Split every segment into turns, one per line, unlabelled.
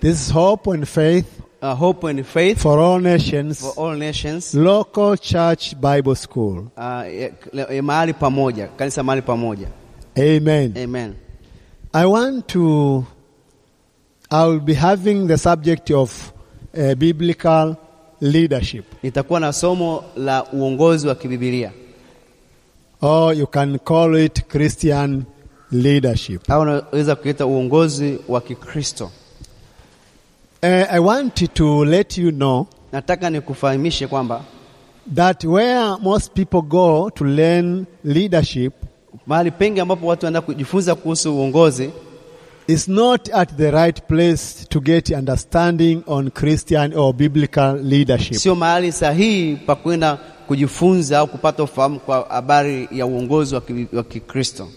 This hope and faith
uh, hope and faith
for all nations,
for all nations
local church Bible school.
uh, ya- ya- mahali pamoja kanisa mahali pamoja
Amen.
amen
I want to, I will be having the subject of uh, biblical leadership,
nitakuwa na somo la uongozi wa kibibilia
or you can call it Christian leadership.
au unaweza kuita uongozi wa kikristo
Uh, I want to let you know
nataka nikufahamishe kwamba
that where most people go to learn leadership
mahali pengi ambapo watu wanaenda kujifunza kuhusu uongozi
is not at the right place to get understanding on Christian or biblical leadership.
sio mahali sahihi pa kwenda kujifunza au kupata ufahamu kwa habari ya uongozi wa ki- wa Kikristo.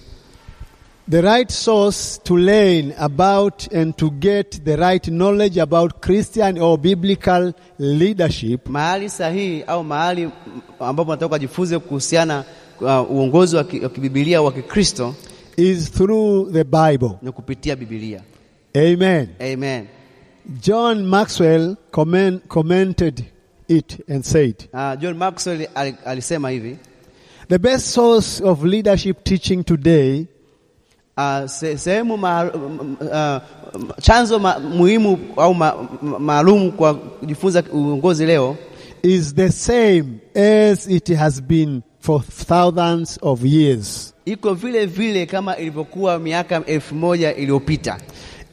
The right source to learn about and to get the right knowledge about Christian or biblical leadership
Mahali sahihi au mahali m- ambapo nataka kujifunze kuhusiana uh, uongozi wa ki- wa kibibilia wa Kikristo
is through the Bible.
ni kupitia Biblia.
Amen.
Amen.
John Maxwell comment, commented it and said,
Uh, John Maxwell al- alisema hivi
The best source of leadership teaching today
uh, se, sehemu ma, m- m- uh, chanzo ma, muhimu au ma- ma- maalum kwa kujifunza uongozi leo
is the same as it has been for thousands of years.
iko vile vile kama ilivyokuwa miaka elfu moja iliyopita.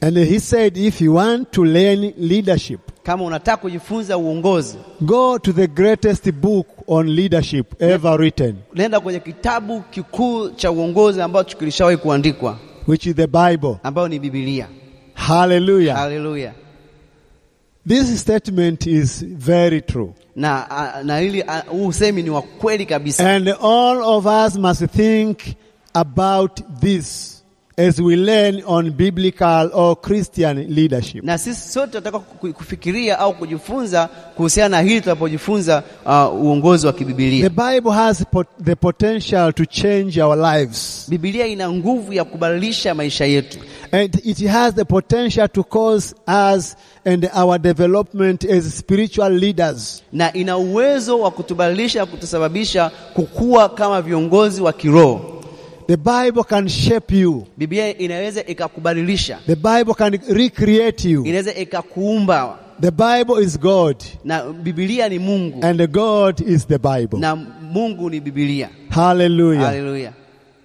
And he said, if you want to learn leadership,
Kama unataka kujifunza uongozi,
go to the greatest book on leadership ever written,
nenda kwenye kitabu kikuu cha uongozi ambacho kilishawahi kuandikwa,
which is the Bible.
ambayo ni Biblia.
Hallelujah.
Haleluya!
This statement is very true.
Na a- na hili a- huu usemi ni wa kweli kabisa,
And all of us must think about this as we learn on biblical or Christian leadership.
na sisi sote tunataka ku- kufikiria au kujifunza kuhusiana na hili tunapojifunza uh, uongozi wa
The
kibibilia.
Bible has pot- the potential to change our lives.
Biblia ina nguvu ya kubadilisha maisha yetu
And it has the potential to cause us and our development as spiritual leaders.
na ina uwezo wa kutubadilisha na kutusababisha kukua kama viongozi wa kiroho.
The Bible can shape you.
Biblia inaweza ikakubadilisha,
The Bible can recreate you.
inaweza ikakuumba,
The Bible is God,
na Biblia ni Mungu
and God is the Bible.
na Mungu ni Biblia.
Hallelujah.
Haleluya,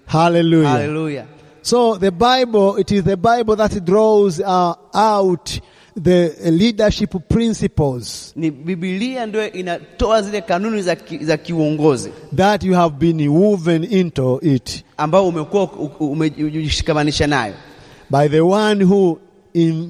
Hallelujah.
haleluya.
So the Bible, it is the Bible that draws uh, out the leadership principles
Ni Biblia ndio inatoa zile kanuni za, ki, za kiuongozi
that you have been woven into it
ambao umekuwa u- u- umejishikamanisha nayo
by the one who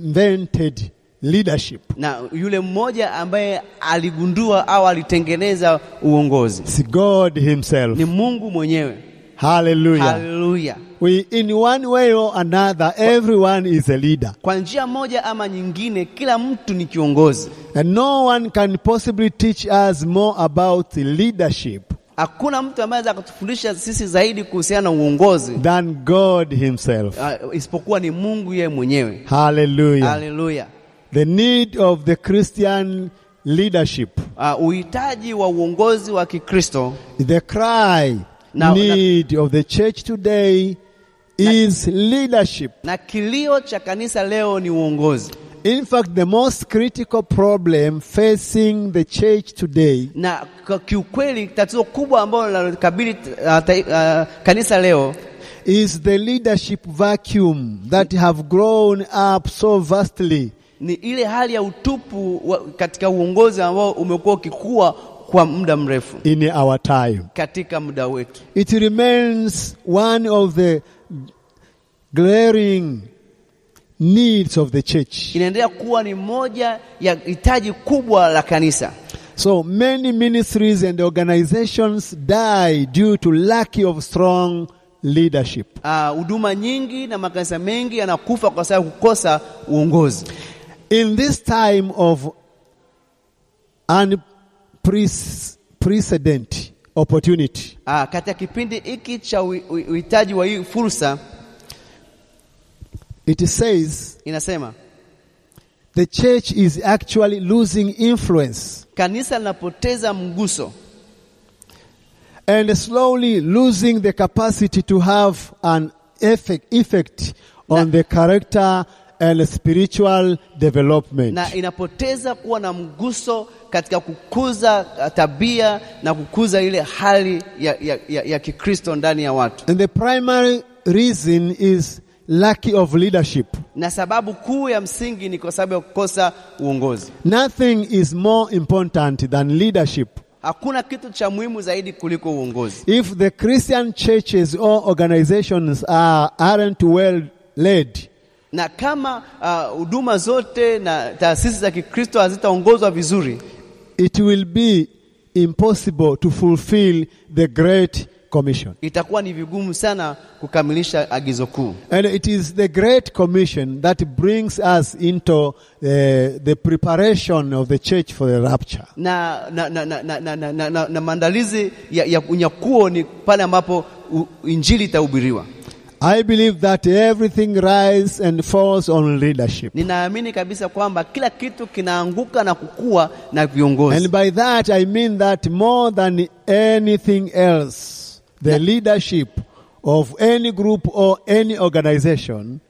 invented leadership.
na yule mmoja ambaye aligundua au alitengeneza uongozi
It's God Himself.
ni Mungu mwenyewe.
Hallelujah.
Haleluya!
We, in one way or another, everyone is a leader,
Kwa njia moja ama nyingine, kila mtu ni kiongozi.
and no one can possibly teach us more about leadership
Hakuna mtu ambaye anaweza kutufundisha sisi zaidi kuhusiana na uongozi
than God Himself.
uh, isipokuwa ni Mungu yeye mwenyewe.
Hallelujah.
Haleluya!
The need of the Christian leadership,
Uh, uhitaji wa uongozi wa Kikristo
the cry
Now-
need of the church today is leadership.
na kilio cha kanisa leo ni uongozi,
In fact, the most critical problem facing the church today
na kwa kiukweli tatizo kubwa ambalo linalokabili uh, tai- uh, kanisa leo
is the leadership vacuum that have grown up so vastly
ni ile hali ya utupu wa, katika uongozi ambao umekuwa ukikua kwa muda mrefu
in our time.
katika muda wetu.
It remains one of the glaring needs of the church.
Inaendelea kuwa ni moja ya hitaji kubwa la kanisa.
So many ministries and organizations die due to lack of strong leadership.
Ah, huduma nyingi na makanisa mengi yanakufa kwa sababu ya kukosa uongozi.
In this time of unprecedented opportunity,
Ah, katika kipindi hiki cha ui- ui- uhitaji wa hii fursa
it says
inasema
the church is actually losing influence
Kanisa linapoteza mguso
and slowly losing the capacity to have an effect, effect on the character and spiritual development.
na inapoteza kuwa na mguso katika kukuza uh, tabia na kukuza ile hali ya, ya, ya, ya Kikristo ndani ya watu.
And the primary reason is lack of leadership.
Na sababu kuu ya msingi ni kwa sababu ya kukosa uongozi.
Nothing is more important than leadership.
Hakuna kitu cha muhimu zaidi kuliko uongozi.
If the Christian churches or organizations are, aren't well led,
Na kama uh, huduma zote na taasisi za Kikristo hazitaongozwa vizuri,
it will be impossible to fulfill the Great Commission.
itakuwa ni vigumu sana kukamilisha agizo kuu.
And it is the Great Commission that brings us into uh, the, the preparation of the church for the rapture.
na, na, na, na, na, na, na, na, na, na maandalizi ya, ya unyakuo ni pale ambapo u, injili itahubiriwa.
I believe that everything rises and falls on leadership.
Ninaamini kabisa kwamba kila kitu kinaanguka na kukua na viongozi
And by that I mean that more than anything else, the leadership of any group or any organization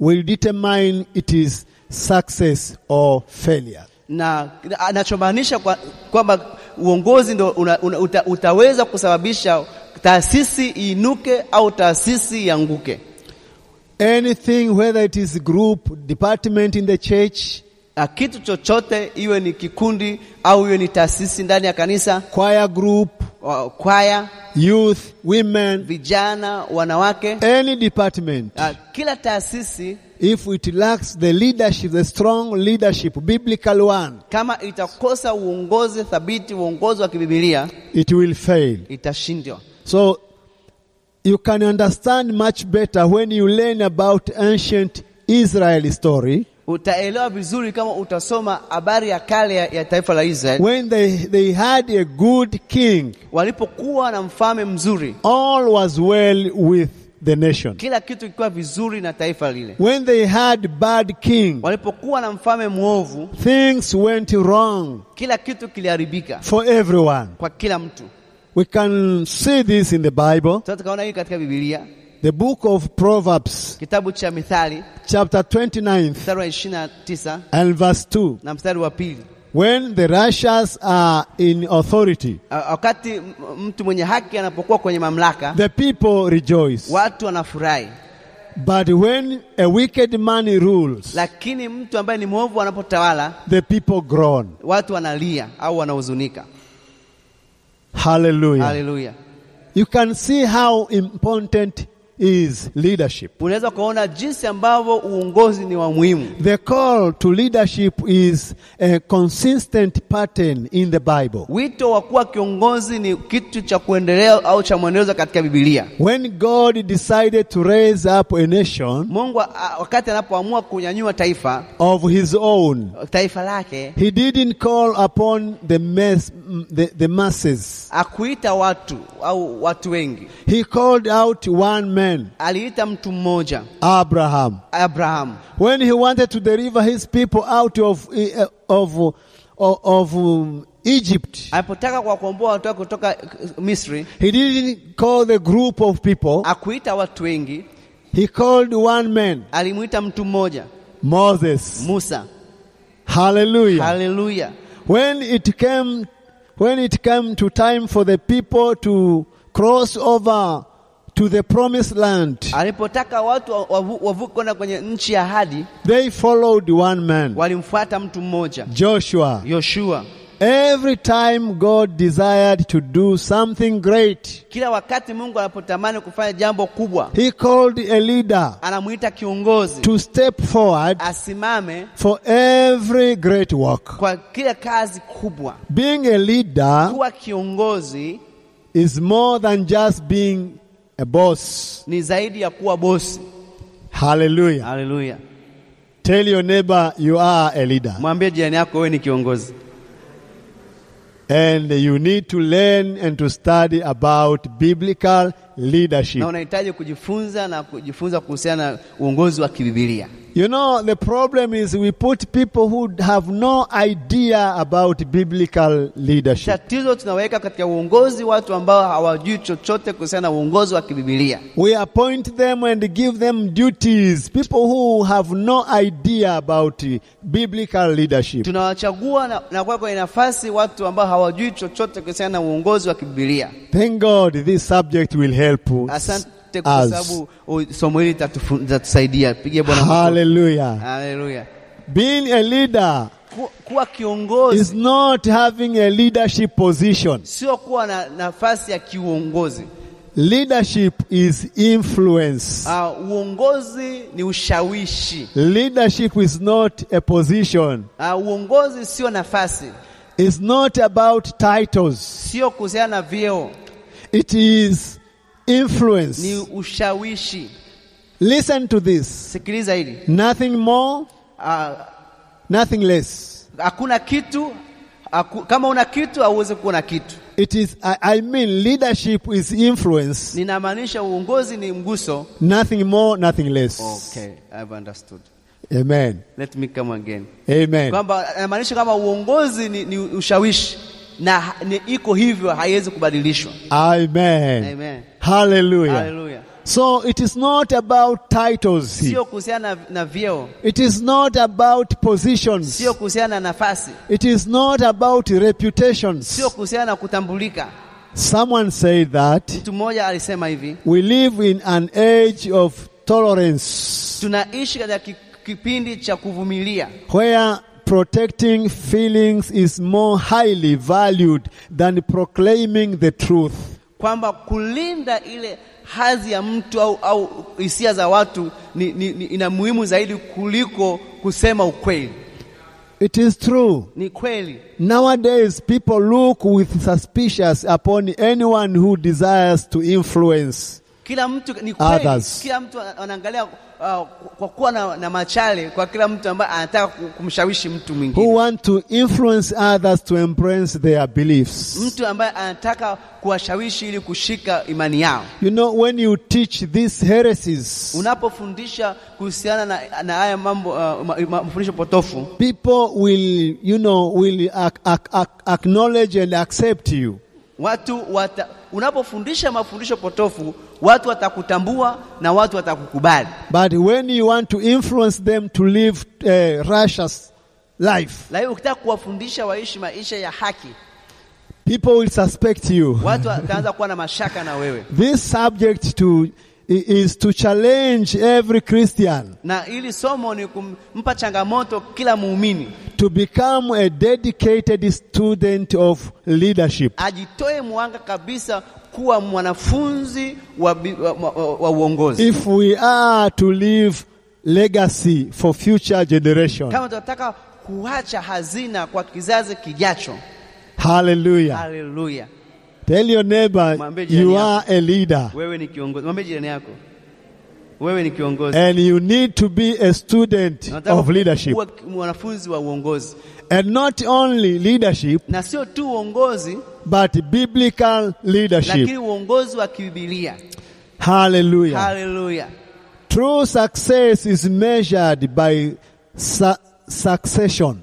will determine its success or failure.
na anachomaanisha kwa- kwamba uongozi ndo una, una, uta, utaweza kusababisha taasisi iinuke au taasisi ianguke.
Anything, whether it is group, department in the church,
Na kitu chochote iwe ni kikundi au iwe ni taasisi ndani ya kanisa,
choir group,
wa- kwaya,
youth, women,
vijana, wanawake,
any department,
na kila taasisi
if it lacks the leadership, the strong leadership, biblical one,
kama itakosa uongozi thabiti, uongozi wa kibibilia
it will fail.
itashindwa.
So you can understand much better when you learn about ancient Israel story
Utaelewa vizuri kama utasoma habari ya kale ya, ya taifa la Israeli
when they, they had a good king
walipokuwa na mfalme mzuri,
all was well with the nation
kila kitu kikiwa vizuri na taifa lile.
when they had bad king
Walipokuwa na mfalme mwovu,
things went wrong
kila kitu kiliharibika
for everyone
kwa kila mtu.
we can see this in the bible
Sasa tukaona hii katika Biblia,
the book of proverbs
kitabu cha Mithali
chapter 29
mstari wa 29
and verse 2
na mstari wa pili.
when the russians are in authority
Ah, Wakati m- mtu mwenye haki anapokuwa kwenye mamlaka,
the people rejoice
watu wanafurahi
But when a wicked man rules,
lakini mtu ambaye ni mwovu anapotawala
the people groan.
watu wanalia au wanahuzunika.
Hallelujah.
Haleluya!
You can see how important is leadership.
Unaweza ukaona jinsi ambavyo uongozi ni wa muhimu.
The call to leadership is a consistent pattern in the Bible.
Wito wa kuwa kiongozi ni kitu cha kuendelea au cha mwendelezo katika Biblia.
When God decided to raise up a nation
Mungu a- wakati anapoamua kunyanyua taifa
of his own,
taifa lake
he didn't call upon the, mass, the, the masses.
akuita watu au watu wengi,
He called out one man,
aliita mtu mmoja
Abraham.
Abrahamu.
when he wanted to deliver his people out of uh, of of, of um, Egypt,
Alipotaka kuwakomboa watu wake kutoka eh, Misri,
he didn't call the group of people.
akuita watu wengi,
He called one man,
alimuita mtu mmoja
Moses.
Musa.
Hallelujah.
Haleluya!
When it came, when it came to time for the people to cross over to the promised land,
Alipotaka watu wa- wavu- wavuke kwenda kwenye nchi ya ahadi,
they followed one man,
walimfuata mtu mmoja
Joshua.
Yoshua.
Every time God desired to do something great,
Kila wakati Mungu anapotamani kufanya jambo kubwa,
he called a leader.
anamuita kiongozi
to step forward
asimame
for every great work.
kwa kila kazi kubwa.
Being a leader
Kuwa kiongozi
is more than just being a boss.
ni zaidi ya kuwa bosi.
Hallelujah.
Haleluya!
Tell your neighbor you are a leader
Mwambie jirani yako wewe ni kiongozi,
and you need to learn and to study about biblical
na
leadership.
unahitaji kujifunza na kujifunza kuhusiana na uongozi wa kibibilia.
You know, the problem is we put people who have no idea about biblical leadership.
Tatizo tunaweka katika uongozi watu ambao hawajui chochote kuhusiana na uongozi wa kibibilia.
We appoint them and give them duties. People who have no idea about uh, biblical leadership.
Tunawachagua na, na kuweka kwenye nafasi watu ambao hawajui chochote kuhusiana na uongozi wa kibibilia.
Thank God this subject will help us.
Asante kwa sababu u- somo hili litatufu- litatusaidia. Pigie Bwana makofi.
Hallelujah.
Haleluya.
Being a leader
Ku- Kuwa kiongozi
is not having a leadership position.
sio kuwa na nafasi ya kiuongozi.
Leadership is influence.
Ah, uongozi ni ushawishi.
Leadership is not a position.
Ah, uongozi sio nafasi,
It's not about titles.
sio kuhusiana na vyeo,
It is influence.
ni ushawishi.
Listen to this.
Sikiliza hili
Nothing more,
Ah,
nothing less.
hakuna kitu haku, kama una kitu hauwezi kuwa na kitu.
It is, I, I mean, leadership is influence.
Ninamaanisha uongozi ni mguso.
Nothing more, nothing less.
Okay, I've understood.
Amen.
Let me come again.
Amen.
Kwamba namaanisha kama uongozi ni, ni ushawishi na ha- ni, iko hivyo haiwezi kubadilishwa.
Amen.
Amen.
Hallelujah.
Hallelujah.
So it is not about titles here.
Sio kuhusiana na, na vyeo,
It is not about positions.
sio kuhusiana na nafasi,
It is not about reputations.
sio kuhusiana na kutambulika.
Someone said that
Mtu mmoja alisema hivi,
we live in an age of tolerance
tunaishi katika ki- kipindi cha kuvumilia
where protecting feelings is more highly valued than proclaiming the truth.
kwamba kulinda ile hadhi ya mtu au, au hisia za watu ni, ni, ni, ina muhimu zaidi kuliko kusema ukweli.
It is true.
Ni kweli
Nowadays, people look with suspicious upon anyone who desires to influence.
kila mtu ni kweli,
Others.
kila mtu ana- anaangalia uh, kwa kuwa na, na machale kwa kila mtu ambaye anataka ku- kumshawishi mtu
Who
mwingine,
want to influence others to embrace their beliefs.
mtu ambaye anataka kuwashawishi ili kushika imani yao.
You know, when you teach these heresies,
Unapofundisha kuhusiana na, na haya mambo uh, ma- ma- mafundisho potofu
people will, you know, will ac- ac- ac- acknowledge and accept you.
watu wata, unapofundisha mafundisho potofu watu watakutambua na watu watakukubali,
But when you want to influence them to live a righteous life,
lakini ukitaka kuwafundisha waishi maisha ya haki,
people will suspect you.
watu wataanza kuwa na mashaka na wewe.
This subject to, i- is to challenge every Christian
Na hili somo ni kumpa changamoto kila muumini
to become a dedicated student of leadership.
ajitoe mwanga kabisa kuwa mwanafunzi wa, bi- wa, wa, wa, wa uongozi.
If we are to leave legacy for future generations.
Kama tunataka kuacha hazina kwa kizazi kijacho.
Hallelujah.
Haleluya!
Tell your neighbor
Mwambie jirani
you
yako.
are a leader.
Wewe ni kiongozi, mwambie jirani yako, wewe ni kiongozi.
And you need to be a student
Nataka
of leadership.
Kuwa mwanafunzi wa uongozi
And not only leadership,
na sio tu uongozi,
but biblical leadership.
lakini uongozi wa kibibilia.
Hallelujah.
Haleluya!
True success is measured by su- succession.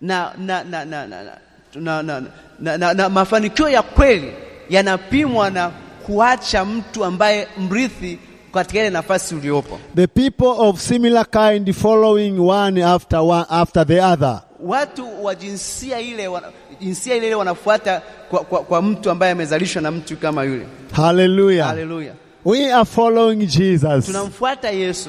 Na, na, na, na, na, na, na, na, na, na, na mafanikio ya kweli yanapimwa na kuacha mtu ambaye mrithi katika ile nafasi uliopo.
The people of similar kind following one after one after the other.
Watu wa jinsia ile wana, jinsia ile ile wanafuata kwa, kwa, kwa mtu ambaye amezalishwa na mtu kama yule.
Hallelujah.
Haleluya!
We are following Jesus.
Tunamfuata Yesu,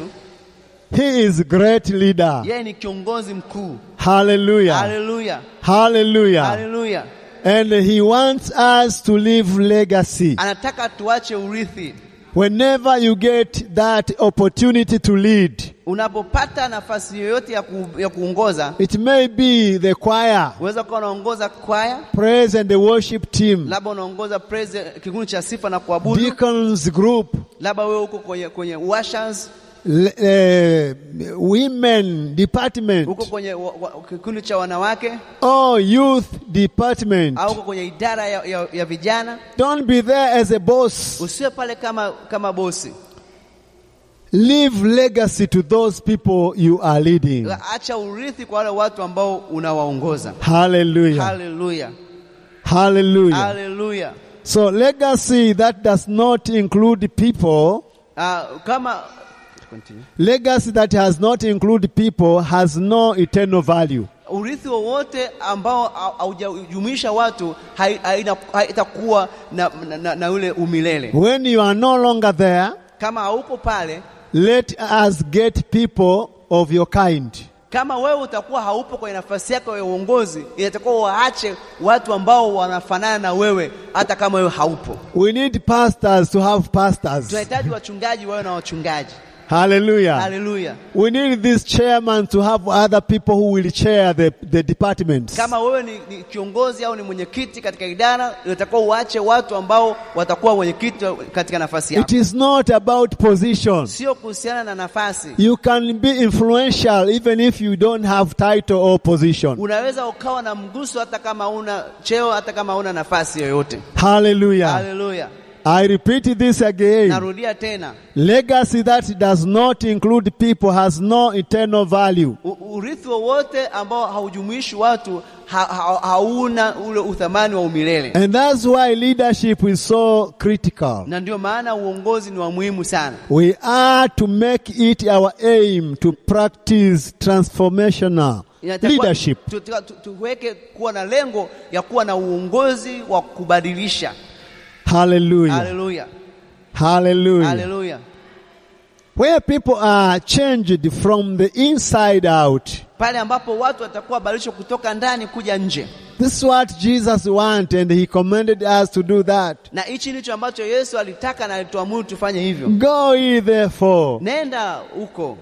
He is great leader.
yeye ni kiongozi mkuu.
Hallelujah.
Haleluya!
Hallelujah.
Haleluya!
And he wants us to leave legacy.
anataka tuache urithi.
Whenever you get that opportunity to lead,
Unapopata nafasi yoyote ya, ku, ya kuongoza,
it may be the choir,
unaweza kuwa unaongoza kwaya,
praise and the worship team,
labda unaongoza praise, kikundi cha sifa na kuabudu,
deacons group,
labda wewe uko kwenye, kwenye ushers,
l- eh, women department,
uko kwenye wa, wa, kikundi cha wanawake,
or youth department.
au uko kwenye idara ya, ya, ya vijana.
Don't be there as a boss.
Usiwe pale kama, kama bosi,
Leave legacy to those people you are leading.
acha urithi kwa wale watu ambao unawaongoza
Hallelujah.
haleluya
Hallelujah.
haleluya
So legacy that does not include people,
Ah, kama Continue.
legacy that has not include people has no eternal value.
urithi wowote ambao ha- haujajumuisha watu hai- haina- haitakuwa na, na, na, na ule umilele
When you are no longer there,
kama hauko pale
let us get people of your kind.
kama wewe utakuwa haupo kwenye nafasi yako ya uongozi inatakiwa waache watu ambao wanafanana na wewe hata kama wewe haupo
We need pastors to have pastors.
tunahitaji wachungaji wawe na wachungaji
Hallelujah.
haleluya
We need this chairman to have other people who will chair the, the departments.
kama wewe ni, ni kiongozi au ni mwenyekiti katika idara inatakiwa uache watu ambao watakuwa wenyekiti katika nafasi
It
yako
is not about position.
sio kuhusiana na nafasi
You can be influential even if you don't have title or position.
unaweza ukawa na mguso hata kama una cheo hata kama una nafasi yoyote
Hallelujah.
haleluya
I repeat this again.
narudia tena
Legacy that does not include people has no eternal value.
U urithi wowote ambao haujumuishi watu ha ha hauna ule uthamani wa umilele
And that's why leadership is so critical.
na ndio maana uongozi ni wa muhimu sana
We are to make it our aim to practice transformational
Inatakiwa
leadership.
tu- tu- tu- tuweke kuwa na lengo ya kuwa na uongozi wa kubadilisha
Hallelujah.
haleluya
Hallelujah.
haleluya
Where people are changed from the inside out.
pale ambapo watu watakuwa badilishwa kutoka ndani kuja nje
This is what Jesus wants, and He commanded us to do that.
na hichi ndicho ambacho Yesu alitaka na alituamuru tufanye hivyo
Go ye therefore
nenda huko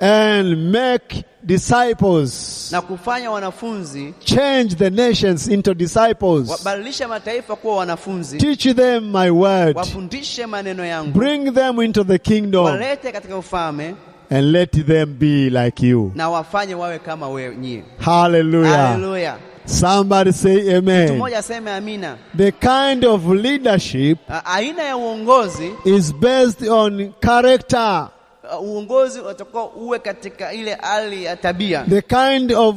and make disciples.
na kufanya wanafunzi
Change the nations into disciples.
wabadilisha mataifa kuwa wanafunzi
Teach them my word.
wafundishe maneno yangu
Bring them into the kingdom.
walete katika ufalme
and let them be like you.
na wafanye wawe kama wewe nyie
Hallelujah.
haleluya
Somebody say
mtu
amen.
mmoja aseme amina
The kind of leadership
A- aina ya uongozi
is based on character.
uh, uongozi utakuwa uwe katika ile hali ya tabia
The kind of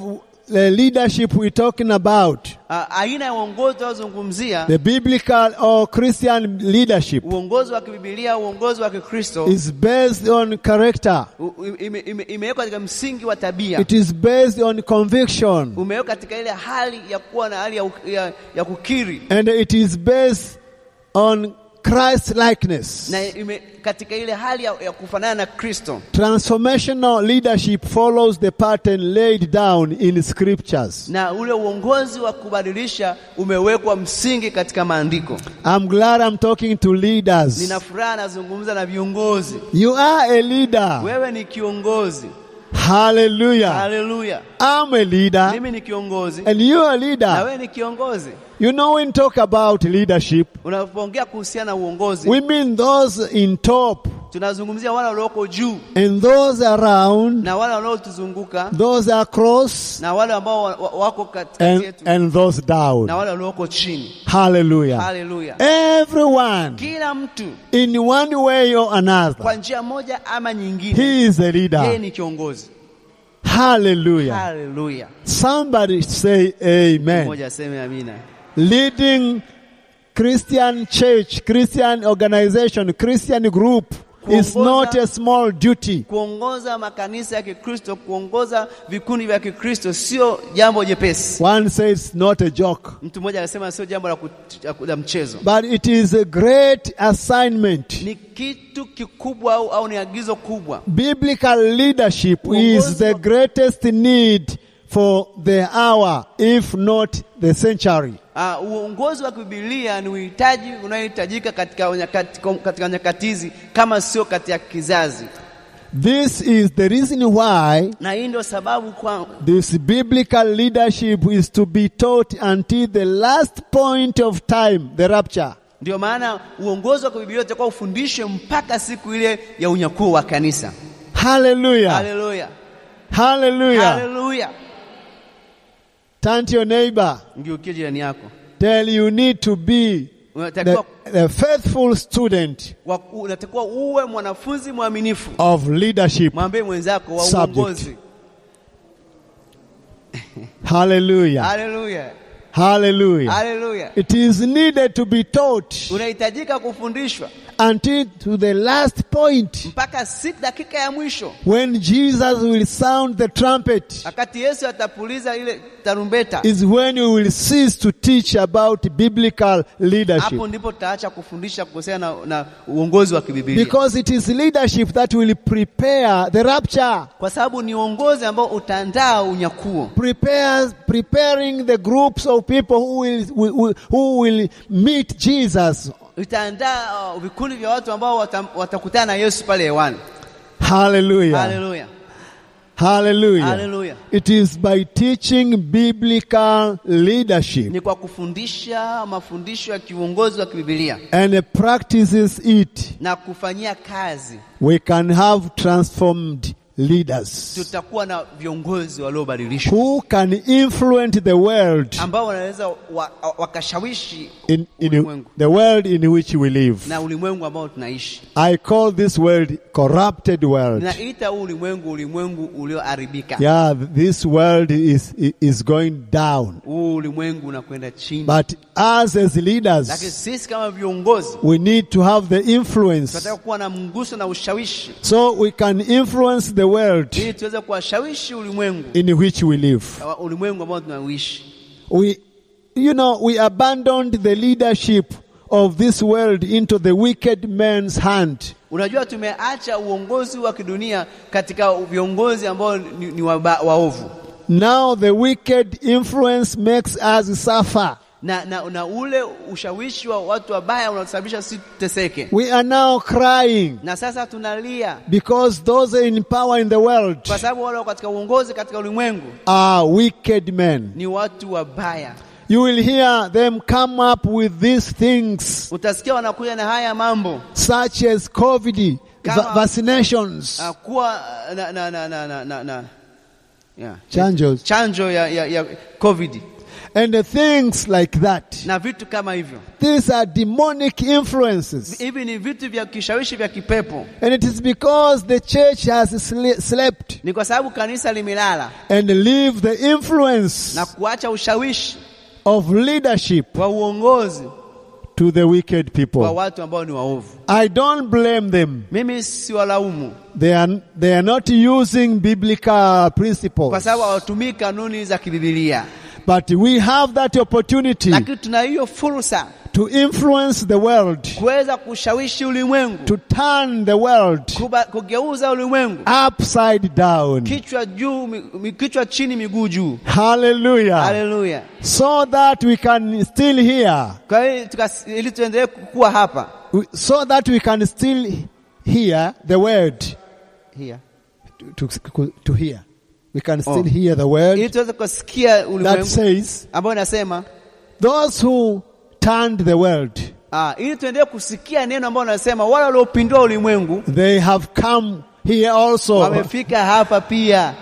the leadership we're talking about,
A- Uh, aina ya uongozi tunazungumzia
the biblical or Christian leadership,
uongozi wa kibibilia uongozi wa kikristo
is based on character.
u- u- ime- ime- imewekwa katika msingi wa tabia
It is based on conviction.
umewekwa katika ile hali ya kuwa na hali ya, u- ya, ya kukiri
And it is based on Christ likeness.
na ime, katika ile hali ya, ya kufanana na Kristo.
Transformational leadership follows the pattern laid down in scriptures.
Na ule uongozi wa kubadilisha umewekwa msingi katika maandiko.
I'm glad I'm talking to leaders.
Nina furaha nazungumza na viongozi.
You are a leader.
Wewe ni kiongozi,
Hallelujah.
haleluya.
I'm a leader.
Mimi ni kiongozi
And you are a
na
leader.
wewe ni kiongozi.
You know, when talk about leadership,
Unapoongea kuhusiana na uongozi,
we mean those in top
tunazungumzia wale walioko juu
and those around,
na wale wanaotuzunguka
those across,
na wale ambao wa- wa- wako katikati
and,
yetu
and those
na
down.
wale walioko chini.
Hallelujah.
Haleluya.
Everyone,
Kila mtu
in one way or
kwa
another,
njia moja ama nyingine,
he is a
yeye
leader.
ni kiongozi.
Hallelujah.
Haleluya.
Somebody say amen.
Mmoja aseme amina.
Leading Christian church, Christian organization, Christian group is
Kuongoza-
not a small duty.
Kuongoza makanisa ya Kikristo, kuongoza vikundi vya Kikristo sio jambo jepesi.
One says it's not a joke,
Mtu mmoja anasema sio jambo la kut- la ku- la mchezo,
but it is a great assignment.
ni kitu kikubwa au, au ni agizo kubwa.
Biblical leadership is the greatest need for the hour, if not the century.
Uh, uongozi wa kibibilia ni uhitaji unaohitajika katika nyakati, katika nyakati hizi kama sio katika kizazi,
This is the reason why
na hii ndio sababu kwa,
This biblical leadership is to be taught until the last point of time, the rapture.
Ndio maana uongozi wa kibibilia utakuwa ufundishwe mpaka siku ile ya unyakuo wa kanisa.
Hallelujah.
Haleluya,
Hallelujah.
haleluya.
Turn to your neighbor.
Mgeukie jirani yako,
Tell you need to be
unatakiwa
the, a faithful student
wa, unatakiwa uwe mwanafunzi mwaminifu.
of leadership.
Mwambie mwenzako wa
Subject.
uongozi.
Hallelujah.
Haleluya,
Hallelujah.
haleluya.
It is needed to be taught
Unahitajika kufundishwa
until to the last point
mpaka si dakika ya mwisho,
when Jesus will sound the trumpet
wakati Yesu atapuliza ile tarumbeta.
is when we will cease to teach about biblical leadership.
Hapo ndipo tutaacha kufundisha kuhusiana na, na uongozi wa kibiblia
Because it is leadership that will prepare the rapture,
kwa sababu ni uongozi ambao utaandaa unyakuo,
prepares, preparing the groups of people who will, who, who- who will meet Jesus.
itaandaa uh, vikundi vya watu ambao watam- watakutana na Yesu pale hewani.
Hallelujah.
Haleluya,
Hallelujah.
Hallelujah.
It is by teaching biblical leadership
ni kwa kufundisha mafundisho ya kiuongozi wa kibibilia
and practices it
na kufanyia kazi,
we can have transformed leaders
tutakuwa na viongozi waliobadilishwa
who can influence the world
ambao wanaweza wa, wa- wakashawishi
in, in
Ulimwengu.
the world in which we live.
na ulimwengu ambao tunaishi.
I call this world corrupted world.
Ninaita huu ulimwengu ulimwengu ulioharibika.
Yeah, this world is is going down.
Huu ulimwengu unakwenda chini,
But us as
lakini
leaders,
sisi kama viongozi
we need to have the influence
tunataka kuwa na mguso na ushawishi
so we can influence the world
ili tuweze kuwashawishi ulimwengu
in which we live.
wa- ulimwengu ambao tunauishi.
We, you know, we abandoned the leadership of this world into the wicked man's hand.
Unajua, tumeacha uongozi wa kidunia katika viongozi ambao ni, ni waba, waovu
Now the wicked influence makes us suffer.
na, na, na ule ushawishi wa watu wabaya unatusababisha sisi tuteseke,
We are now crying
na sasa tunalia
because those in power in the world
kwa sababu wale wako katika uongozi katika ulimwengu
are wicked men.
ni watu wabaya.
You will hear them come up with these things,
Utasikia wanakuja na haya mambo
such as COVID, va-
Kama-
vaccinations,
ah, kuwa na, na, na, na, na, na, na. Yeah.
changes,
chanjo ya, ya, ya COVID
and the things like that.
na vitu kama hivyo.
These are demonic influences.
Hivi ni vitu vya kishawishi vya kipepo,
And it is because the church has sle- slept
ni kwa sababu kanisa limelala
and leave the influence
na kuacha ushawishi
of leadership
wa uongozi
to the wicked
kwa
people.
watu ambao ni waovu.
I don't blame them.
Mimi siwalaumu
They are, they are not using biblical
kwa
principles.
sababu hawatumii kanuni za kibibilia,
But we have that opportunity
lakini tuna hiyo fursa
to influence the world.
kuweza kushawishi ulimwengu,
to turn the world
kuba- kugeuza ulimwengu
upside down.
kichwa juu, mi- mi- kichwa chini, miguu juu.
Hallelujah.
Haleluya!
So that we can still hear,
Kwa hiyo tukas- ili tuendelee kukua hapa
so that we can still hear the word.
Here.
To, to, to hear. We can still
Oh.
hear the
ili
word
tuweze kusikia
that
ulimwengu
says,
ambayo inasema
those who turned the world,
ah, ili tuendelee kusikia neno ambayo inasema wale waliopindua ulimwengu
they have come here also.
wamefika hapa pia.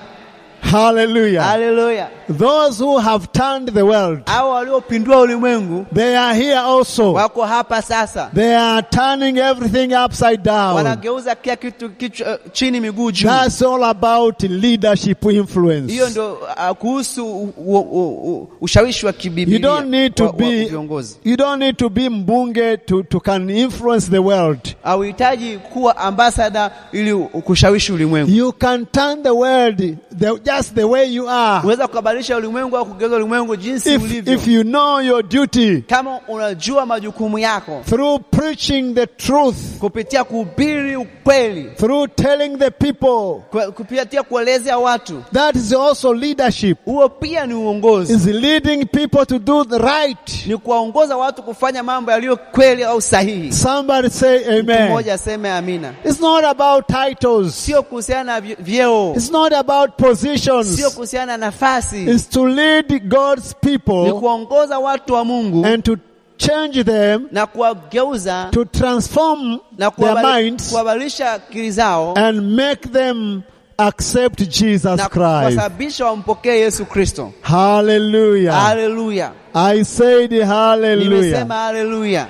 Hallelujah.
Haleluya!
Those who have turned the world,
Hao waliopindua ulimwengu
they are here also.
wako hapa sasa,
They are turning everything upside down.
wanageuza kila kitu kichwa chini, miguu juu.
That's all about leadership influence.
Hiyo ndio ah, kuhusu u- u- u- u- ushawishi wa
You don't
kibibilia
need to
wa- wa
be
viongozi.
you don't need to be mbunge to, to can influence the world.
Hauhitaji kuwa ambasada ili u- kushawishi ulimwengu.
You can turn the world the, just the way you are.
Unaweza kubadilisha ulimwengu au kugeuza ulimwengu jinsi
If,
ulivyo,
if you know your duty
kama unajua majukumu yako
through preaching the truth,
kupitia kuhubiri ukweli,
through telling the people,
kwa- kupitia kuelezea watu.
that is also leadership.
Huo pia ni uongozi,
Is leading people to do the right.
ni kuwaongoza watu kufanya mambo yaliyo kweli au sahihi.
Somebody say
Mtu mmoja
amen.
aseme amina.
It's not about titles.
Sio kuhusiana na vy- vyeo,
It's not about positions.
sio kuhusiana na nafasi,
is to lead God's
ni
people
kuwaongoza watu wa Mungu
and to change them,
na kuwageuza
to transform their
na kuwabali-
minds
kuwabadilisha akili zao
and make them accept Jesus
na
Christ.
kuwasababisha wampokee Yesu Kristo.
Hallelujah.
Haleluya!
I said hallelujah.
Nimesema haleluya.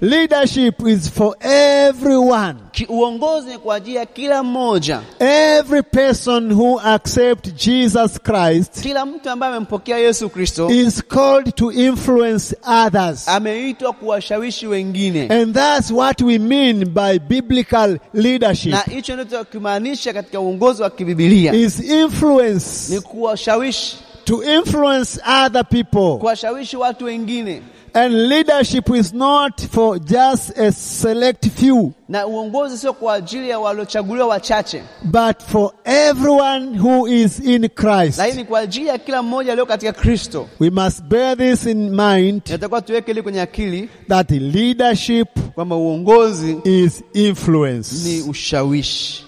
Leadership is for everyone.
Ki- uongozi ni kwa ajili ya kila mmoja,
Every person who accepts Jesus Christ
kila mtu ambaye amempokea Yesu Kristo
is called to influence others.
ameitwa kuwashawishi wengine,
And that's what we mean by biblical leadership.
na hicho ndio tunakimaanisha katika uongozi wa kibibilia,
Is influence
ni kuwashawishi
to influence other people.
kuwashawishi watu wengine,
And leadership is not for just a select few,
na uongozi sio kwa ajili ya waliochaguliwa wachache,
but for everyone who is in Christ.
lakini kwa ajili ya kila mmoja aliyo katika Kristo.
We must bear this in mind
Inatakiwa tuweke hili kwenye akili
that leadership
kwamba uongozi
is
ni
influence.
ushawishi.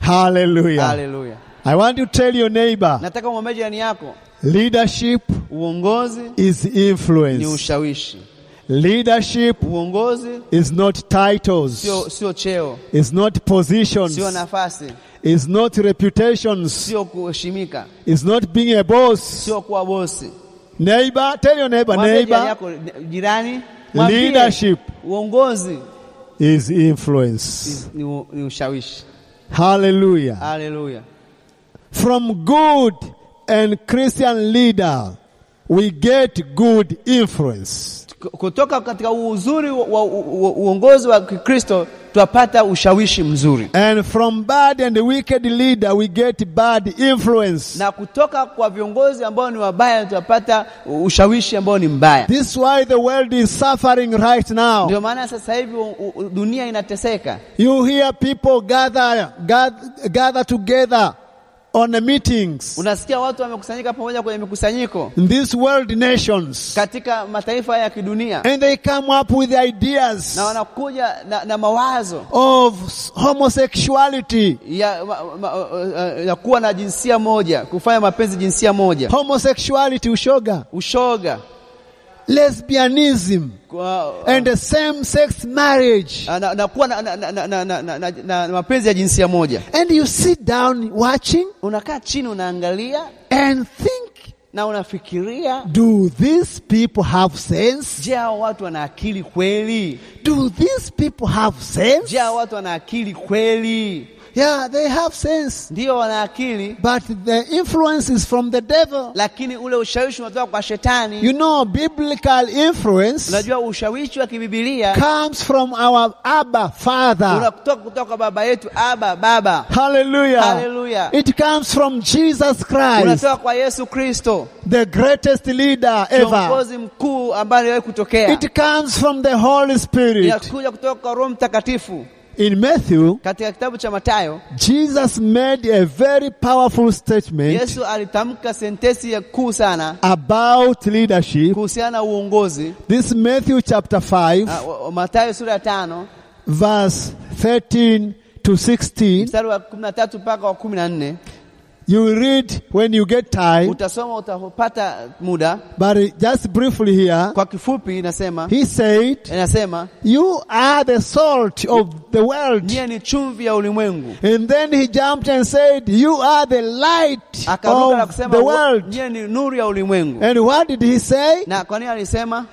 Hallelujah.
Haleluya!
I want to tell your neighbor,
Nataka umwambie jirani yako,
leadership
uongozi
is
ni
influence.
ushawishi.
Leadership
Uongozi
is not
sio
titles,
sio cheo,
is not
sio
positions,
nafasi,
is not reputations,
sio kuheshimika,
is not being a boss.
sio kuwa bosi.
Neighbor, tell your neighbor,
Mwambie jirani
neighbor
yako, jirani, mwambie,
Leadership.
uongozi
is influence.
ni, u- ni ushawishi.
Hallelujah.
Haleluya!
From good and Christian leader, we get good influence.
Kutoka katika uzuri wa, wa, wa uongozi wa Kikristo twapata ushawishi mzuri,
And from bad and wicked leader, we get bad influence.
na kutoka kwa viongozi ambao ni wabaya twapata ushawishi ambao ni mbaya.
This is why the world is suffering right now.
Ndio maana sasa hivi u- u- dunia inateseka.
You hear people gather, gather, gather together on the meetings.
Unasikia watu wamekusanyika pamoja kwenye mikusanyiko
in these world nations
katika mataifa ya kidunia
and they come up with ideas
na wanakuja na, na mawazo
of homosexuality
ya, ma, ma, uh, ya kuwa na jinsia moja, kufanya mapenzi jinsia moja,
homosexuality ushoga
ushoga
lesbianism
kwa, uh,
and the same sex marriage
Ah, na, na kuwa na, na, na, na, na, na, na, na mapenzi ya jinsia moja.
and you sit down watching
Unakaa chini unaangalia
and think
na unafikiria,
do these people have sense
je, hao watu wana akili kweli?
do these people have sense
Je, hao watu wana akili kweli?
yeah they have sense
Ndio wana akili,
but the influence is from the devil
lakini ule ushawishi unatoka kwa shetani.
you know biblical influence
Unajua ushawishi wa kibibilia
comes from our Abba Father.
unatoka kutoka kwa baba yetu Aba Baba,
Hallelujah.
Hallelujah.
It comes from Jesus Christ,
unatoka kwa Yesu Kristo,
the greatest leader ever.
kiongozi mkuu ambaye aliwahi kutokea.
It comes from the Holy Spirit.
Inakuja kutoka kwa Roho Mtakatifu.
In Matthew,
Katika kitabu cha Mathayo,
Jesus made a very powerful statement
Yesu alitamka sentensi ya kuu sana
about leadership.
kuhusiana na uongozi.
This Matthew chapter 5,
Ah, wa- wa- Mathayo sura ya tano
verse 13 to 16.
mstari wa 13 mpaka wa 14.
You will read when you get time,
Utasoma utapata muda.
but just briefly here,
Kwa kifupi inasema
he said,
inasema
You are the salt of the world.
nyie ni chumvi ya ulimwengu.
And then he jumped and said, You are the light
Akaruka na
of
kusema
the
"Wo-
world.
nyie ni nuru ya ulimwengu.
And what did he say?
Na kwa nini alisema?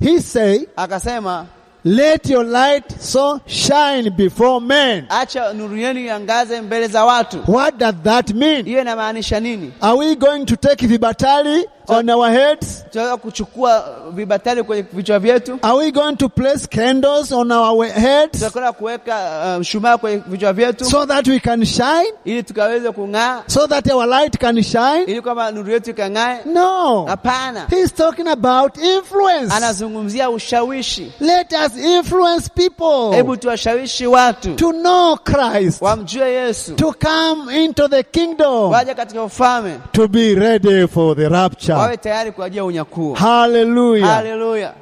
He said,
Akasema
Let your light so shine before men.
acha nuru yenu iangaze mbele za watu.
What does that mean?
Hiyo inamaanisha nini?
Are we going to take vibatali on our heads?
Tunaweza kuchukua vibatari kwenye vichwa vyetu,
Are we going to place candles on our we- heads
tunakwenda kuweka uh, mshumaa kwenye vichwa vyetu
so that we can shine?
ili tukaweze kung'aa,
So that our light can shine?
ili kwamba nuru yetu ikang'ae.
No.
Hapana,
He's talking about influence.
anazungumzia ushawishi.
Let us influence
Hebu
people
tuwashawishi watu
to know Christ,
wamjue Yesu,
to come into the kingdom,
waje katika ufalme,
to be ready for the
wawe
rapture.
tayari kwa ajili ya unyakuo.
Hallelujah.
Haleluya,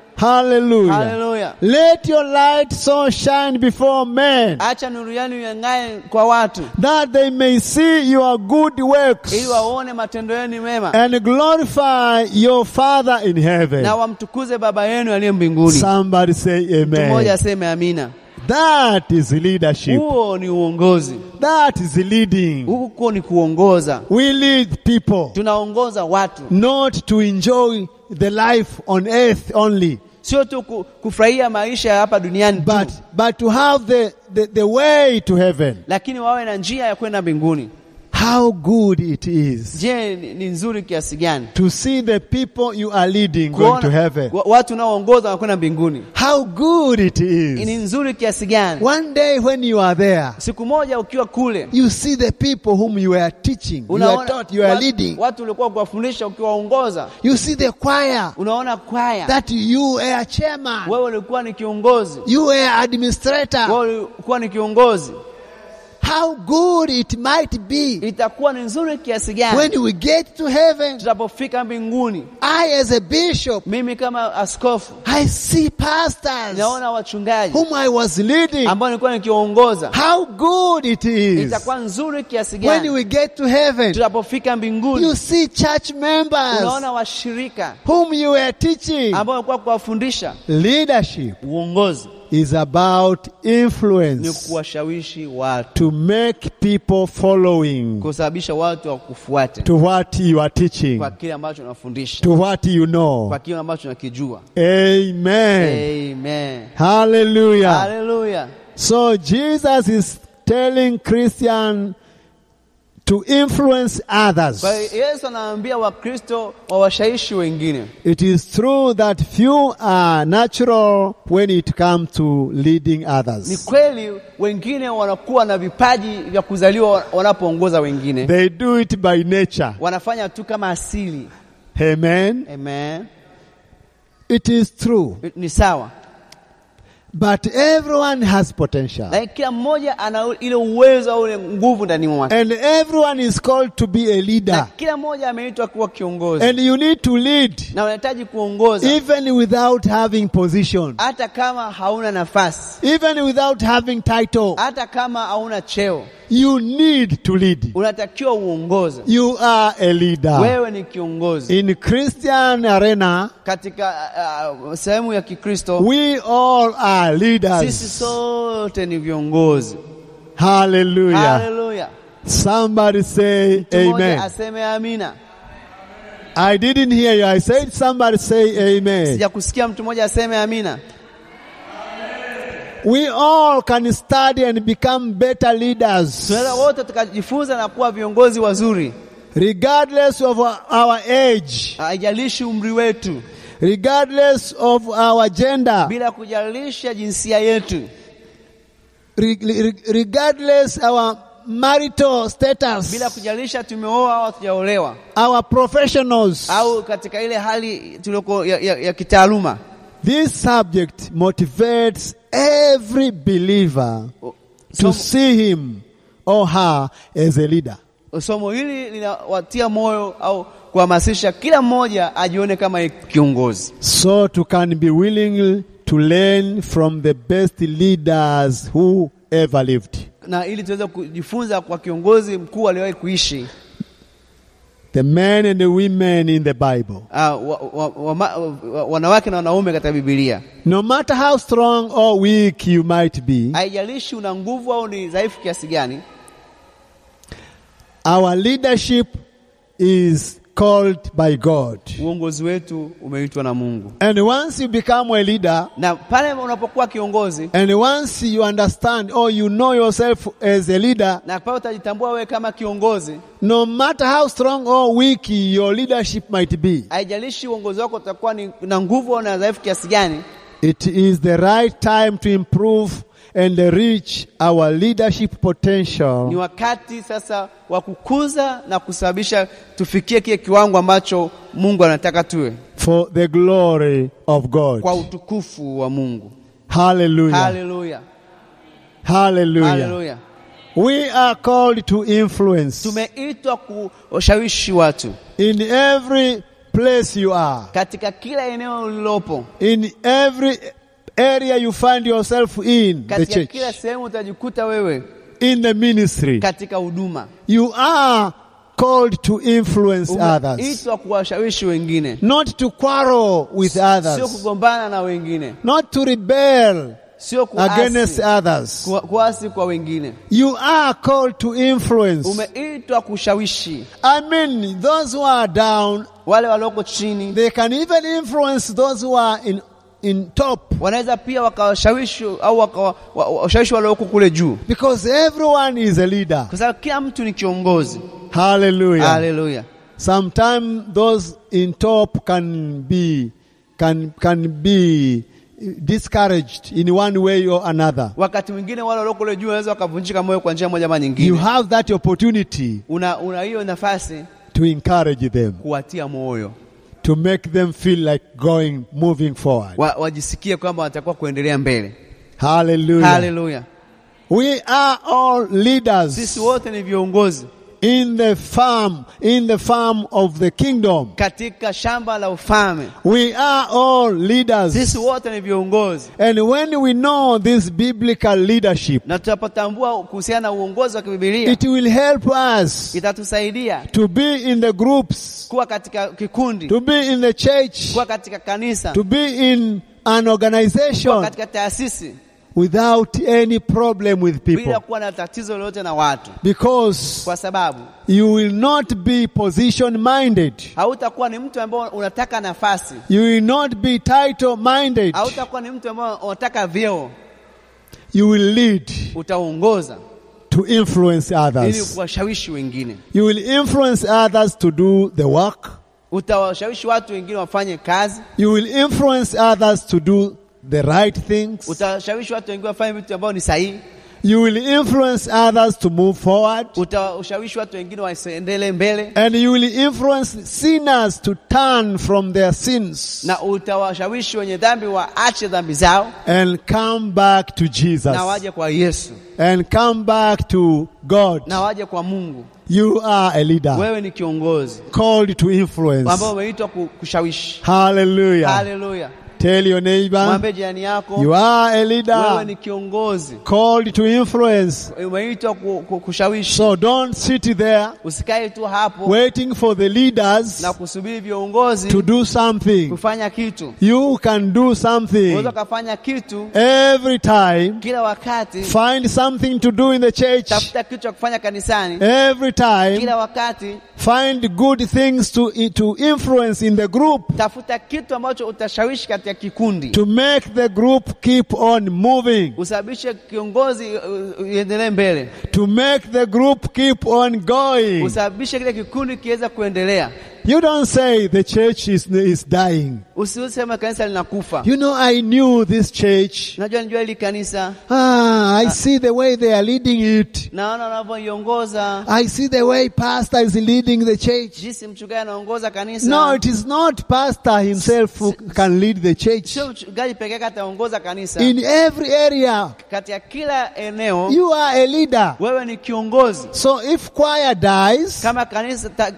Hallelujah.
haleluya!
Let your light so shine before men
Acha nuru yenu iang'ae kwa watu,
that they may see your good works
ili waone matendo yenu mema
and glorify your Father in
na
heaven.
wamtukuze Baba yenu aliye mbinguni.
Somebody say
Mtu mmoja
amen.
aseme amina.
That is leadership.
Huo ni uongozi,
That is leading.
huko ni kuongoza.
We lead people.
tunaongoza watu
not to enjoy the life on earth only,
sio tu ku- kufurahia maisha ya hapa duniani tu,
but, but to have the, the, the way to heaven.
lakini wawe na njia ya kwenda mbinguni.
How good it is
Je, ni, ni nzuri kiasi gani
to see the people you are leading going to heaven.
wa- watu unaoongoza wanakwenda mbinguni?
How good it
Ni
is.
nzuri kiasi gani?
One day when you are there,
Siku moja ukiwa kule
you see the people whom you are teaching, you are
unaona
taught, you are
watu-
leading.
watu ulikuwa kuwafundisha ukiwaongoza,
You see the choir
unaona kwaya,
that you are chairman,
wewe ulikuwa ni kiongozi,
you are administrator.
wewe ulikuwa ni kiongozi.
How good it might be
Itakuwa ni nzuri kiasi gani
when we get to heaven.
tutapofika mbinguni?
I, as a bishop,
Mimi kama askofu
I see pastors
naona wachungaji
whom I was leading.
ambao nilikuwa nikiongoza,
How good it is
itakuwa nzuri kiasi
when
gani
we get to heaven.
tutapofika
You
mbinguni?
see church members
Unaona washirika
whom you were teaching.
ambao walikuwa kuwafundisha.
Leadership
Uongozi
is about
ni
influence
kuwashawishi watu,
to make people following
kusababisha watu wakufuate
to what you are teaching,
kwa kile ambacho unafundisha,
to what you know.
kwa kile ambacho unakijua.
Amen. Ah.
Amen.
Hallelujah.
Hallelujah.
So Jesus is telling Christian to influence others.
Kwa hiyo Yesu anaambia Wakristo wawashawishi wengine.
It is true that few are natural when it comes to leading
Ni
others.
kweli wengine wanakuwa na vipaji vya kuzaliwa wanapoongoza wengine,
They do it by nature.
wanafanya tu kama asili.
Amen.
Amen.
It is true.
Ni sawa,
But everyone has potential.
lakini kila mmoja ana u- ile uwezo au ile nguvu ndani mwake,
And everyone is called to be a
na
leader.
kila mmoja ameitwa kuwa kiongozi
And you need to lead
na unahitaji kuongoza
even without having position,
hata kama hauna nafasi,
even without having title.
hata kama hauna cheo,
You need to lead.
unatakiwa uongoze.
You are a leader.
Wewe ni kiongozi
In Christian arena,
katika uh, uh, sehemu ya Kikristo.
we all are
Sisi
leaders.
sote ni viongozi.
Hallelujah.
Haleluya.
Somebody say
Mtu mmoja
amen.
aseme amina.
I didn't hear you. I said somebody say amen.
Sijakusikia mtu mmoja aseme amina.
We all can study and become better leaders
Tunaweza wote tukajifunza na kuwa viongozi wazuri,
regardless of our our age,
haijalishi umri wetu,
regardless of our gender,
bila kujalisha jinsia yetu,
re- re- regardless our marital
bila
status,
kujalisha tumeoa au hatujaolewa,
our professionals.
au katika ile hali tulioko ya, ya, ya kitaaluma.
This subject motivates every believer to
Somo,
see him or her as a leader.
somo hili linawatia moyo au kuhamasisha kila mmoja ajione kama kiongozi,
So to can be willing to learn from the best leaders who ever lived.
na ili tuweze kujifunza kwa kiongozi mkuu aliyewahi kuishi
The men and the women in the Bible.
uh, wa, wa, wa, ma- wa, wanawake na wanaume katika Biblia.
No matter how strong or weak you might be,
haijalishi una nguvu au ni dhaifu kiasi gani,
our leadership is called by God.
uongozi wetu umeitwa na Mungu.
And once you become a leader,
Na pale unapokuwa kiongozi
and once you understand or you know yourself as a leader,
na pale utajitambua wewe kama kiongozi,
No matter how strong or weak your leadership might be,
haijalishi uongozi wako utakuwa ni na nguvu au na dhaifu kiasi gani,
it is the right time to improve and reach our leadership
ni
potential
wakati sasa wa kukuza na kusababisha tufikie kile kiwango ambacho Mungu anataka tuwe
for the glory of
kwa
God.
utukufu wa Mungu.
Hallelujah.
Haleluya,
Haleluah.
haleluya.
We are called to influence
Tumeitwa kushawishi watu
in every place you are,
katika kila eneo ulilopo.
in every area you find yourself in the
katika kila
church,
sehemu utajikuta wewe
in the ministry.
katika huduma
You are called to influence others.
umeitwa kuwashawishi wengine,
not to quarrel with
sio
others,
kugombana na wengine,
not to rebel
sio
against
kuasi,
others.
ku- kuasi kwa wengine.
You are called to influence.
Umeitwa kushawishi
I mean, those who are down,
wale walioko chini,
they can even influence those who are in in top
wanaweza pia wakawashawishi au wakawa- wa- wa- washawishi wale walioko kule juu,
because everyone is a leader.
kwa sababu kila mtu ni kiongozi.
Hallelujah.
Haleluya!
Sometimes those in top can be can can be discouraged in one way or another.
Wakati mwingine wale walioko kule juu wanaweza wakavunjika moyo kwa njia moja ama
You
nyingine.
have that opportunity
Una una hiyo nafasi
to encourage them,
kuwatia moyo,
to make them feel like going moving forward.
wa, wajisikie kwamba wanatakiwa kuendelea mbele.
Hallelujah.
Haleluya!
We are all
Sisi
leaders
wote ni viongozi
in the farm, in the farm of the kingdom.
katika shamba la ufalme.
We are all leaders.
Sisi wote ni viongozi,
And when we know this biblical leadership,
na tutapotambua kuhusiana na uongozi wa kibibilia
it will help us
itatusaidia
to be in the groups,
kuwa katika kikundi,
to be in the church,
kuwa katika kanisa,
to be in an organization
katika taasisi
without any problem with
bila
people.
kuwa na tatizo lolote na watu,
Because
kwa sababu
you will not be position minded.
hautakuwa ni mtu ambao unataka nafasi,
You will not be title minded.
hautakuwa ni mtu ambao unataka vyeo,
You will lead
utaongoza
to influence
ili
others.
kuwashawishi wengine,
You will influence others to do the work.
utawashawishi watu wengine wafanye kazi,
You will influence others to do the right things.
utashawishi watu wengine wafanye vitu ambavyo ni sahihi,
You will influence others to move forward.
utashawishi watu wengine waendelee mbele,
And you will influence sinners to turn from their sins
na utawashawishi wenye dhambi waache dhambi zao
and come back to
na
Jesus
waje kwa Yesu
and come back to God.
na waje kwa Mungu.
You are a leader
Wewe ni kiongozi
called to influence.
ambao umeitwa ku- kushawishi.
Hallelujah.
Haleluya!
Tell your neighbor,
Mwambie jirani yako
you are a
wewe
leader
ni kiongozi,
called to influence.
umeitwa ku- ku- kushawishi.
So don't sit there
Usikae tu hapo
waiting for the leaders
na kusubiri viongozi
to do something.
kufanya kitu.
You can do
Unaweza
something
ukafanya kitu
every time.
kila wakati,
Find something to do in the church
tafuta kitu cha kufanya kanisani
every time.
kila wakati,
Find good things to, to influence in the group
tafuta kitu ambacho utashawishi katika kikundi,
to make the group keep on moving,
usababishe kiongozi uh, uh, iendelee mbele,
to make the group keep on going.
usababishe kile kikundi kiweze kuendelea.
You don't say the church is, is dying.
Usisema kanisa linakufa.
You know, I knew this church.
Unajua, najua hili kanisa,
Ah, I see the way they are leading it.
naona wanavyoiongoza,
I see the way pastor is leading the church.
jinsi mchungaji anaongoza kanisa.
No, it is not pastor himself who can lead the church.
sio mchungaji peke yake ataongoza kanisa.
In every area,
Katika kila eneo
you are a leader.
wewe ni kiongozi.
So if choir dies,
Kama kanisa ta,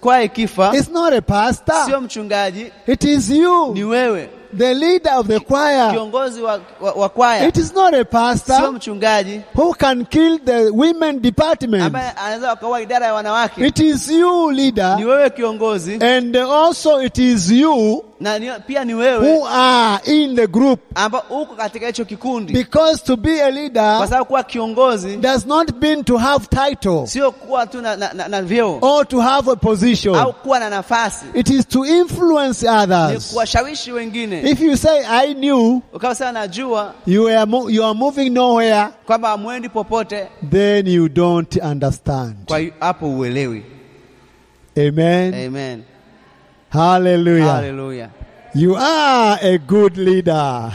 kwaya ikifa,
it's not a pastor.
sio mchungaji,
It is
ni
you,
wewe
the leader of the choir.
kiongozi wa, wa, wa kwaya,
It is not a
sio
pastor
mchungaji
who can kill the women department.
ambaye anaweza wakaua idara ya wanawake.
It is you, leader.
Ni wewe kiongozi
And also it is you
na ni, pia ni
who
wewe
are in the group.
ambao uko katika hicho kikundi,
Because to be a
kwa
leader
sababu kuwa kiongozi
does not mean to have title
sio kuwa tu na, na, na, na vyeo
or to have a position.
au kuwa na nafasi,
It is to influence
ni
others.
kuwashawishi wengine.
If you say, I knew
Ukawa sana najua
you, are mo- you are moving nowhere,
kwamba hamwendi popote,
then you don't understand.
kwa hiyo hapo uelewi.
Amen.
Amen,
Hallelujah.
haleluya.
You are a good leader.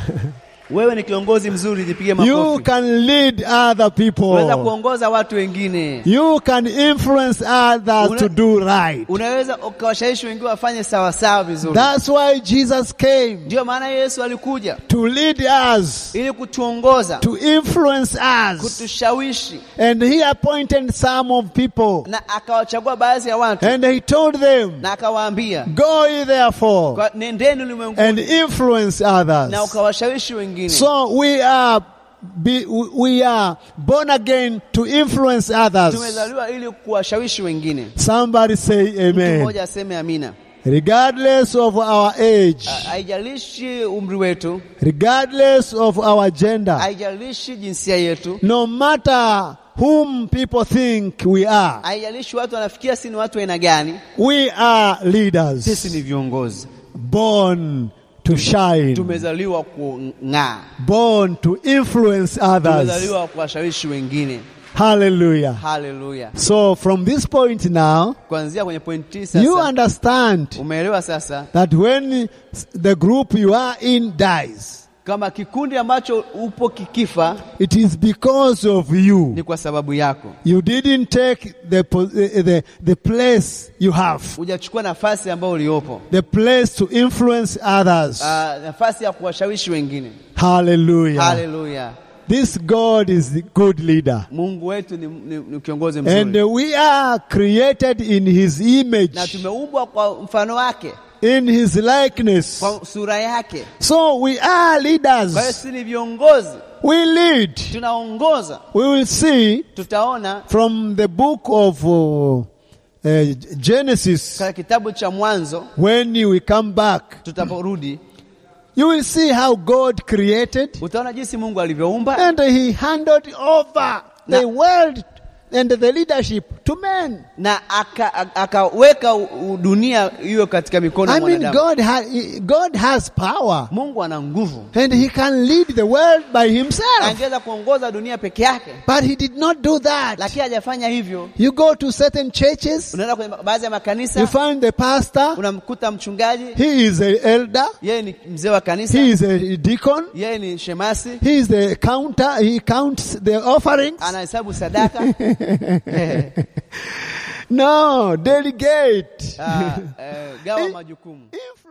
Wewe ni kiongozi mzuri, jipige
you
makofi.
can lead other
Unaweza
people.
kuongoza watu wengine,
You can influence others to do right.
unaweza ukawashawishi wengine wafanye sawa sawa vizuri.
That's why Jesus came
Ndiyo maana Yesu alikuja
to lead us,
ili kutuongoza,
to influence us.
kutushawishi,
And he appointed some of people.
na akawachagua baadhi ya watu
And he told them,
na akawaambia,
Go ye therefore
kwa- nendeni ulimwenguni
and influence
na
others.
ukawashawishi wengine.
So we are be, we are born again to influence others.
Tumezaliwa ili kuwashawishi wengine.
Somebody say
Mtu
amen.
mmoja aseme amina.
Regardless of our age,
Ha- Haijalishi umri wetu,
regardless of our gender,
haijalishi jinsia yetu,
no matter whom people think we are,
haijalishi watu wanafikia si ni watu aina gani,
We are
sisi
leaders
ni viongozi
born to shine,
tumezaliwa kung'aa,
born to influence others.
tumezaliwa kuwashawishi wengine.
Hallelujah.
Haleluya!
So from this point now,
Kuanzia kwenye pointi hii
you
sasa, Um-
understand
umeelewa sasa
that when the group you are in dies,
kama kikundi ambacho upo kikifa
it is because of
ni
you.
kwa sababu yako,
You didn't take the, po- eh, the, the place you have,
hujachukua nafasi ambayo uliopo,
the place to influence others.
Ah, nafasi ya kuwashawishi wengine.
Hallelujah.
Haleluya!
This God is the good leader.
Mungu wetu ni, ni, ni kiongozi
And uh,
mzuri
we are created in his
na
image,
tumeumbwa kwa mfano wake,
in his likeness.
kwa sura yake.
So we are
Kwa hiyo
leaders.
sisi ni viongozi,
We lead.
tunaongoza.
We will see
Tutaona
from the book of uh, uh, Genesis
katika kitabu cha Mwanzo
when we come back.
tutaporudi,
You will see how God created
utaona jinsi Mungu alivyoumba
and he handed over the world and the leadership to men.
na aka- a- akaweka u- u- dunia hiyo katika mikono
I
ya
mean,
mwanadamu.
God, ha- God has power
Mungu ana nguvu,
and he can lead the world by himself.
angeweza kuongoza dunia peke yake,
But he did not do that.
lakini hajafanya hivyo.
You go to certain churches,
Unaenda kwenye ba- baadhi ya
you
makanisa,
find the pastor,
unamkuta mchungaji,
he is an elder,
yeye ni mzee wa kanisa,
he is a deacon,
yeye ni shemasi,
He is the counter. He counts the offerings.
anahesabu sadaka
No, delegate.
Ah, eh, gawa majukumu
Influence.